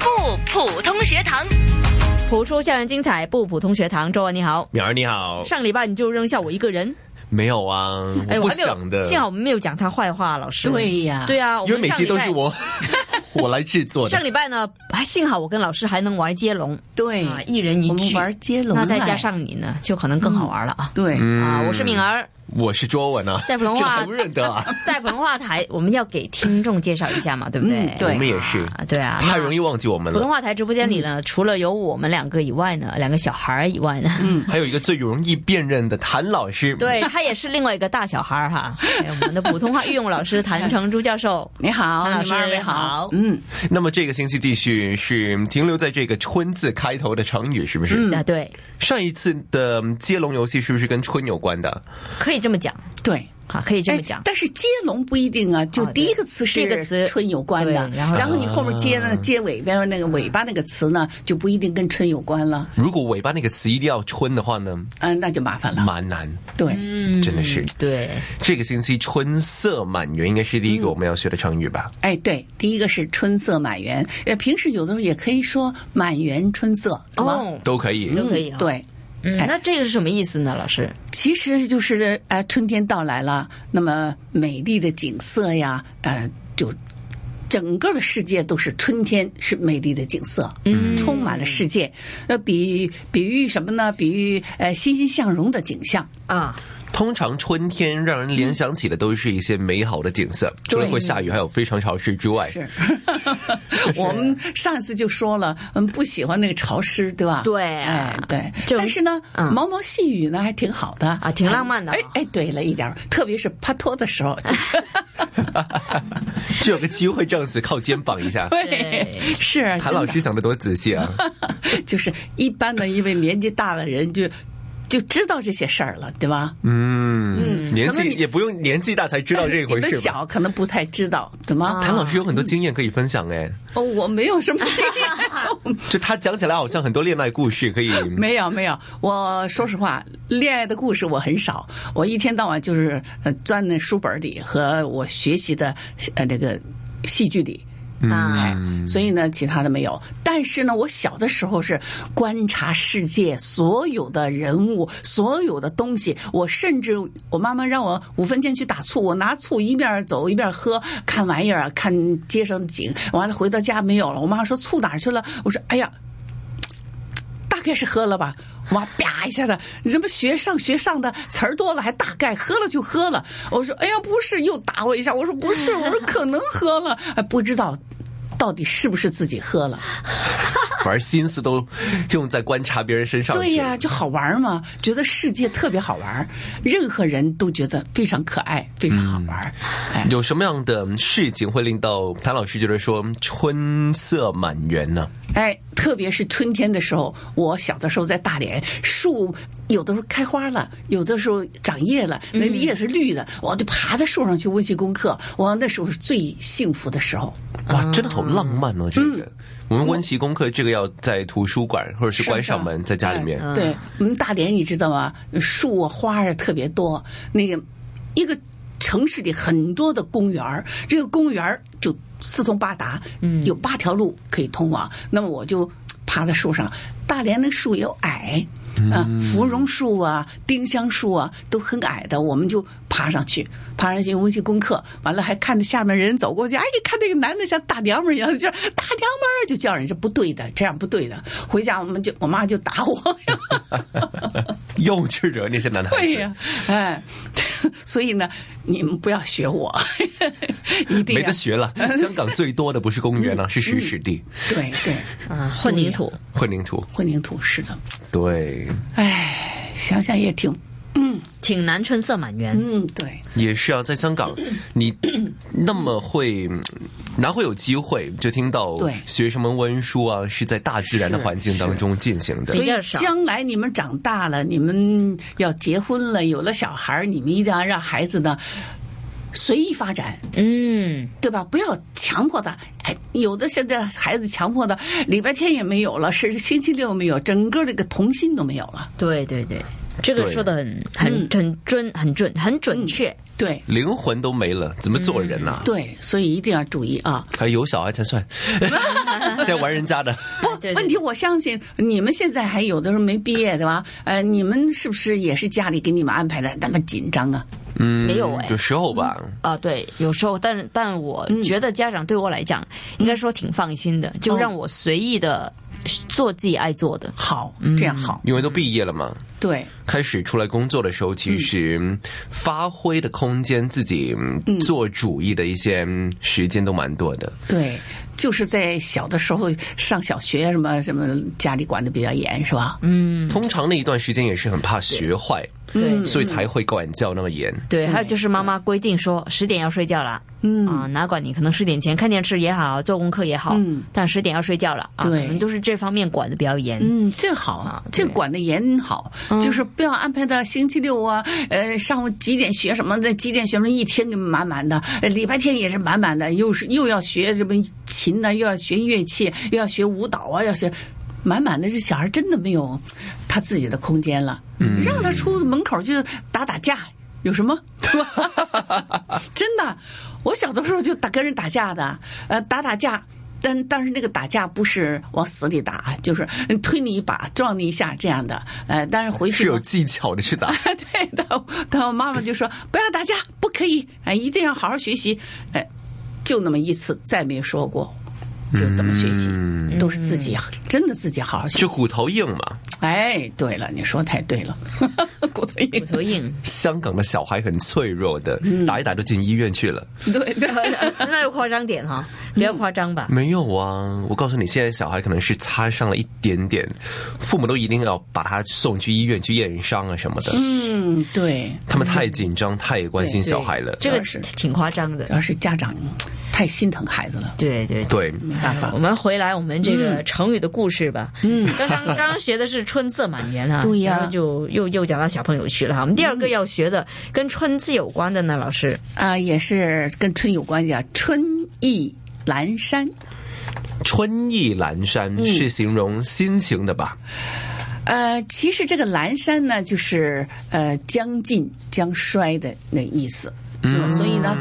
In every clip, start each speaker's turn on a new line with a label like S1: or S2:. S1: 普通学堂。
S2: 谱出校园精彩，不普通学堂。周文你好，
S3: 苗儿你好，
S2: 上礼拜你就扔下我一个人，哎
S3: 没有啊，我
S2: 我
S3: 不
S2: 还没
S3: 想的
S2: 有，，幸好我们没有讲他坏话，老师。
S4: 对呀
S2: 对啊，我
S3: 因
S2: 们
S3: 为每
S2: 上
S3: 集
S2: 礼
S3: 都
S2: 拜
S3: 是。我 我来制作
S2: 上
S3: 的。
S2: 礼拜呢，还幸好我跟老师还能玩接龙，
S4: 对
S2: 啊，一人一
S4: 我们
S2: 句，
S4: 玩接龙，
S2: 那再加。上你呢，就可能更好玩了啊。
S4: 对，
S2: 啊，我是敏儿，
S3: 我是卓文啊，
S2: 在普通
S3: 嗯这
S2: 话
S3: 还不认 得啊，
S2: 在文化台，我们要给听众介绍一下嘛，对不对？
S4: 嗯对
S3: 我们也是
S2: 啊，对啊，
S3: 太容易忘记我们
S2: 普通
S3: 了。
S2: 话台直播间里呢，除了有我们两个以外呢，两个小孩儿以外呢，
S4: 嗯
S3: 还有一个最容易辨认的谭老师，
S2: 对他也是另外一个大小孩儿哈。哎我们的普通话御用老师谭成珠教授，
S4: 你好，
S2: 潘老
S4: 你们二
S2: 师
S4: 位
S2: 好
S4: 嗯，
S3: 那么这个星期继续是停留在这个“春”字开头的成语，是不是？
S2: 啊，对，
S3: 上一次的接龙游戏是不是跟春有关的？
S2: 可以这么讲，
S4: 对。
S2: 啊，可以这么讲
S4: 哎。但是接龙不一定啊，就
S2: 哦对
S4: 第一个词是
S2: 第一个词
S4: 春有关的，
S2: 对然
S4: 然
S2: 后
S4: 后你后面接呢接尾边那个尾巴那个词呢，就不一定跟春有关了，
S3: 如果尾巴那个词一定要“春”的话呢，
S4: 嗯，那就麻烦了。
S3: 蛮难，
S4: 对，
S2: 嗯
S3: 真的是。
S2: 对，
S3: 这个星期“春色满园”应该是第一
S2: 嗯
S3: 个我们要学的成语吧？
S4: 哎，对，第一个是春色满园，呃，平时有的时候也可以说满园春色，对吗？
S2: 哦，
S3: 都哎可以。
S2: 都可以、啊。，
S4: 对，
S2: 嗯，那这个是什么意思呢，老师？
S4: 其实就是呃，春天到来了，那么美丽的景色呀，呃，就整个的世界都是春天，是美丽的景色，嗯，充满了世界。呃，比比喻什么呢？比喻呃欣欣向荣的景象。
S2: 啊，
S3: 通常春天让人联想起的都是一些美好的景色，除
S4: 嗯对
S3: 了会下雨，还有非常潮湿之外，
S4: 是， 我们上一次就说了，嗯，不喜欢那个潮湿，对吧？
S2: 对啊
S4: 哎，对。
S2: 就
S4: 但是呢，
S2: 嗯
S4: 毛毛细雨呢，还挺好的
S2: 啊挺浪漫的哎
S4: 哎哎，对了一点儿，特别是拍拖的时候，就。
S3: 就有个机会这样子靠肩膀一下
S4: 对， 是真
S3: 谭
S4: 的
S3: 老师想的多仔细 啊！
S4: 就是一般的，因为年纪大的人就就知道这些事儿了，对吧？
S3: 嗯，年
S4: 可能
S3: 纪
S4: 你
S3: 也不用年纪大才知道这
S4: 你
S3: 回
S4: 们
S3: 事吧？
S4: 小可能不太知道，对吗？
S3: 谭老师有很多经验可以分享哎，
S4: 啊哦，我没有什么经验，
S3: 就他讲起来好像很多恋爱故事可以。
S4: 没有没有。我说实话，恋爱的故事我很少，我一天到晚就是呃钻那书本里和我学习的呃这个戏剧里。哎
S3: 嗯
S2: 啊，，
S4: 所以呢，其他的没有。但是呢，我小的时候是观察世界所有的人物、所有的东西。我甚至我妈妈让我五分钱去打醋，我拿醋一边走一边喝，看玩意儿，看街上的景。完了回到家没有了，我妈说醋哪儿去了？我说哎呀，大概是喝了吧。哇，啪一下的，什么学上学上的词儿多了，还大概喝了就喝了。我说，哎呀，不是，又打我一下。我说不是，我说可能喝了，哎不知道到底是不是自己喝了。
S3: 反而心思都用在观察别人身上去。
S4: 对呀、就好玩嘛，觉得世界特别好玩，任何人都觉得非常可爱，非常好玩。哎，
S3: 有什么样的事情会令到谭老师觉得说春色满园呢？
S4: 哎，特别是春天的时候，我小的时候在大连，树有的时候开花了，有的时候长叶了，那叶是绿的，我就爬到树上去温习功课。我那时候是最幸福的时候。
S3: 哇，真的好浪漫哦！这个，我们温习功课这个要在图书馆或者是关上门，在家里面
S4: 哎对，我们大连你知道吗？树啊花啊特别多，那个一个城市里很多的公园儿这个公园儿就四通八达，有八条路可以通往。那么我就爬在树上，大连那树有矮。啊，芙蓉树啊，丁香树啊，都很矮的，我们就爬上去，爬上去温习功课，完了还看着下面人走过去，哎，看那个男的像大娘们儿一样，就是大娘们儿，就叫人，这不对的，这样不对的。回家我们就我妈就打我，
S3: 幼稚惹那些男孩
S4: 对
S3: 子。
S4: 呀、哎，所以呢，你们不要学 我，一定
S3: 没
S4: 要
S3: 得学了，香港最多的不是公园了、是石屎地、
S4: 对对，
S3: 嗯
S2: 啊，混凝土，
S3: 混凝土。
S4: 混凝土是的，
S3: 对，
S4: 哎，想想也挺，
S2: 挺南春色满园。
S4: 嗯，对，
S3: 也是啊，在香港，你那么会，嗯哪会有机会就听到
S4: 对
S3: 学生们温书啊？是在大自然的环境当中进行的
S2: 比
S4: 所。以
S2: 较少
S4: 将来你们长大了，你们要结婚了，有了小孩儿，你们一定要让孩子呢随意发展，
S2: 嗯，
S4: 对吧？不要强迫他。哎，有的现在孩子强迫的，礼拜天也没有了，是星期六没有，整个这个童心都没有了。
S2: 对对对，这个
S3: 对嗯
S2: 说的很很很准，很准，很准确。
S4: 对
S3: 灵魂都没了，怎么做
S4: 嗯
S3: 人呐、啊？
S4: 对，所以一定要注意啊。
S3: 还有小孩才算，在玩人家的，
S4: 不
S2: 哎对对
S4: 哦问题我相信你们现在还有的时候没毕业，对吧？呃，你们是不是也是家里给你们安排的那么紧张啊？
S3: 嗯，
S2: 没有哎
S3: 有时候吧，
S2: 啊，对，有时候，但但我
S3: 嗯
S2: 觉得家长对我来讲，应该说挺放心的，
S3: 哦
S2: 就让我随意的
S3: 嗯
S2: 做自己爱做的。
S4: 好，这样好，
S3: 因为都毕业了嘛，
S2: 嗯
S4: 对，
S3: 开始出来工作的时候，其实
S4: 嗯
S3: 发挥的空间、自己嗯做主意的一些时间都蛮多的。
S4: 对，就是在小的时候上小学什么什么，家里管的比较严，是吧？嗯，
S3: 通常那一段时间也是很怕学坏，
S2: 对
S3: 所以才会管教那么严。
S2: 对，还有
S4: 对
S2: 就是妈妈规定说十点要睡觉了，
S4: 嗯
S2: 啊，哪管你可能十点前看电视也好，做功课也好，
S4: 嗯
S2: 但十点要睡觉了啊，
S4: 对
S2: 可能都是这方面管的比较严。
S4: 嗯，这好，这
S2: 对
S4: 管的严好，就是不要安排到星期六啊，呃，上午几点学什么的，几点学什么，一天给满满的，呃礼拜天也是满满的，又是又要学什么琴呐、又要学乐器，又要学舞蹈啊，要学。满满的，这小孩真的没有他自己的空间了。嗯，让他出门口去打打架，有什么？对吧真的，我小的时候就打跟人打架的，呃，打打架。但但是那个打架不是往死里打，就是推你一把、撞你一下这样的，呃，但是回去
S3: 是有
S4: 呢
S3: 技巧的去打，
S4: 对的，但我妈妈就说不要打架，不可以，哎，一定要好好学习，哎，就那么一次，再没有说过，就怎么学习，都是自己啊真的自己好好学
S3: 是
S4: 习。
S3: 骨头硬嘛？
S4: 哎，对了，你说太对了， 骨头硬
S2: 骨，头硬，
S3: 香港的小孩很脆弱的，
S4: 嗯
S3: 打一打就进医院去了。
S4: 对对，
S2: 那就夸张点 哈，不要夸张吧。
S3: 没有啊，我告诉你，现在小孩可能是擦伤了一点点，父母都一定要把他送去医院去验伤啊什么的。
S4: 嗯，对，
S3: 他们太紧张，太关心
S2: 对
S3: 小孩了。
S2: 这个
S4: 是
S2: 挺夸张
S4: 主
S2: 的。
S4: 要是家长太心疼孩子了，
S2: 对对对。
S3: 对，
S4: 没办法
S2: 我。们回来我们这个成语的故事吧。嗯，刚刚刚刚学的是春色满园哈，
S4: 对呀
S2: 然后就又又讲到小朋友去了哈。我们第二个要学的跟春字有关的呢，老师
S4: 啊、也是跟春有关系啊，春意阑珊。
S3: 春意阑珊是形容心情的吧？
S4: 呃，其实这个阑珊呢，就是呃将尽将衰的那意思。嗯，所以呢，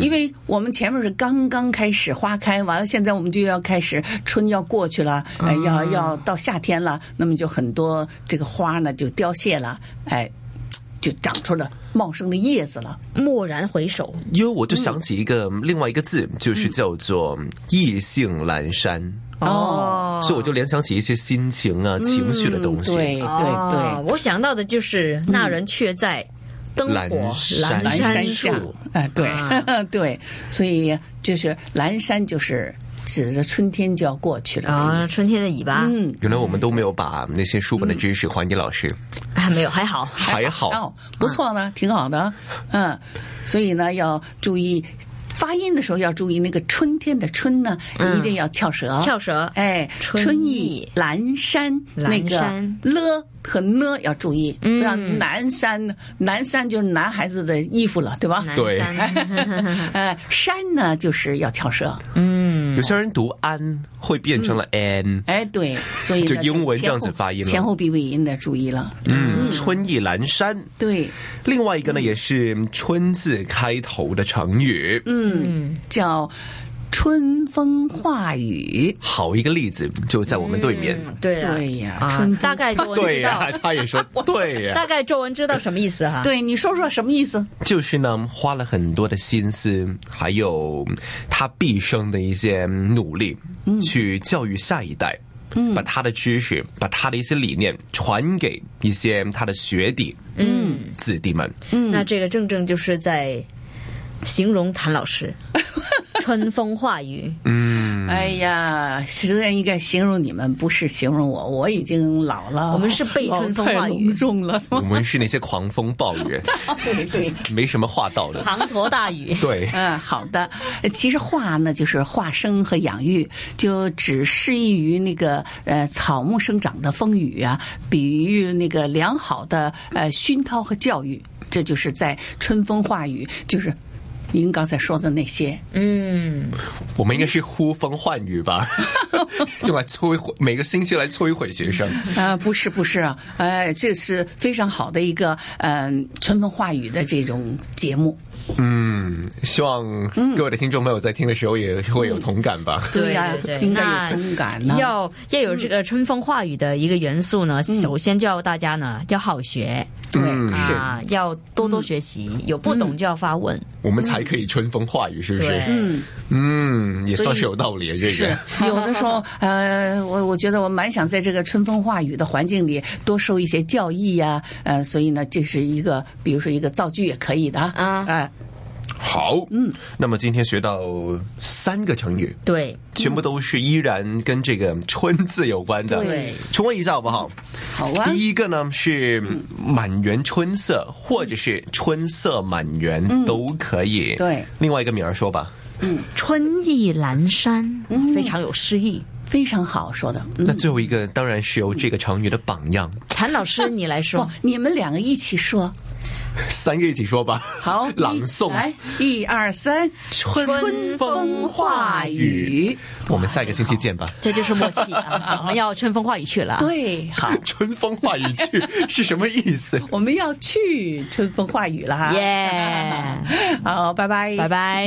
S4: 因为我们前面是刚刚开始花开，完了现在我们就要开始春要过去了，呃，要要到夏天了，那么就很多这个花呢就凋谢了，哎，就长出了茂盛的叶子了。
S2: 蓦然回首，
S3: 因为我就想起一个、另外一个字，就是叫做意兴阑珊，
S4: 哦
S3: 所以我就联想起一些心情啊、情绪的东西。
S4: 对对
S2: 哦
S4: 对，
S2: 我想到的就是那人却在灯
S3: 阑
S2: 火
S3: 珊
S2: 阑
S4: 山
S2: 珊
S4: 下
S2: 处。，
S4: 哎，对、
S2: 啊
S4: 对，所以就是阑珊，就是指着春天就要过去了的
S2: 啊，
S4: 意思。
S2: 春天的尾巴，嗯，
S3: 原来我们都没有把那些书本的知识还给老师，
S2: 还没有，还好，
S3: 嗯还好。啊
S4: 哦，不错呢，挺好的，嗯，所以呢要注意发音的时候要注意那个春天的春呢，一定要翘舌，
S2: 嗯翘舌
S4: 哎，
S2: 春
S4: 春
S2: 意
S4: 意阑珊，那
S2: 阑
S4: 个
S2: 珊
S4: 了和呢要注意，
S2: 嗯
S4: 不要南山，南山就是男孩子的衣服了，对吧？
S2: 南
S3: 对
S2: 山，
S4: 呃，山呢就是要翘舌，
S3: 有些人读安会变成了 an，、
S4: 哎，对，所以呢
S3: 就英文
S4: 前
S3: 这样子
S4: 后
S3: 发音了
S4: 前后鼻尾音的注意了，
S3: 嗯，春意阑珊。
S4: 对，
S3: 另外一个呢，也是“春”字开头的成语。嗯，
S4: 叫春风化雨，
S3: 好一个例子就在我们对面。
S2: 对啊
S4: 对呀
S2: 啊
S4: 春风
S2: 大概我
S3: 对
S2: 知
S3: 呀、
S2: 道，
S3: 他也说对呀、
S2: 大概皱纹知道什么意思哈？
S4: 对，你说说什么意思？
S3: 就是呢，花了很多的心思，还有嗯他毕生的一些努力，去教育下一代，把他的知识，把他的一些理念传给一些他的学弟，嗯，子弟们。
S2: 那这个正正就是在形容谭老 师，春风化雨，
S3: 嗯
S4: 哎呀，实在应该形容你们，不是形容我，我已经老了，
S2: 我们是被春风化雨
S4: 老态龙 钟了。
S3: 我们是那些狂风暴雨，
S4: 对对，
S3: 没什么话道的。
S2: 滂沱大雨。
S3: 对，
S4: 嗯，好的。呃其实化呢，就是化生和养育，就只适宜于那个呃草木生长的风雨啊，比喻那个良好的呃熏陶和教育，这就是在春风化雨，就是您刚才说的那些。
S2: 嗯，
S3: 我们应该是呼风唤雨吧，用来摧毁每个星期来摧毁学生。
S2: 嗯
S4: 啊、不是不是啊，呃呃，这是非常好的一个嗯、春风化雨的这种节目。
S3: 嗯，希望各位的听众朋友在听的时候也会有同感吧。
S2: 对
S4: 呀
S2: 对，对
S4: 应
S2: 那
S4: 该有同感呢。
S2: 要要有这个春风化雨的一个元素呢，首先就要大家呢要好学，
S4: 对
S3: 嗯，是
S2: 啊，要多多学习，有不懂就要发问，
S3: 我们才可以春风化雨，是不
S2: 对
S3: 是？，嗯，也算是有道理，这
S4: 是
S3: 个
S4: 有的时候，呃，我我觉得我蛮想在这个春风化雨的环境里多受一些教益呀、呃，所以呢，这是一个，比如说一个造句也可以的
S2: 啊
S4: 哎
S3: 好。嗯，那么今天学到三个成语，
S2: 对，
S3: 全部都是依然跟这个“春”字有关的。
S2: 对
S3: 重温一下好不好？
S4: 好啊，
S3: 第一个呢是满园春色，或者是春色满园都可以。
S4: 嗯对，
S3: 另外一个名儿说吧。
S2: 春意阑珊，嗯非常有诗意。
S4: 非常好说的。嗯
S3: 那最后一个当然是由这个成语的榜样，
S2: 谭老 师，你来
S4: 不
S2: 说，，
S4: 你们两个一起说，
S3: 三个一起说吧。，
S4: 好
S3: 朗诵啊
S4: 一。来，一二三，春
S2: 风化
S4: 雨，
S3: 我们下一个星期见吧。
S2: 这就是默契啊！ 我们要春风化雨去了。
S4: 对，好，
S3: 春风化雨去是什么意思？
S4: 我们要去春风化雨了哈，
S2: 耶，
S4: 好，拜拜，
S2: 拜。拜。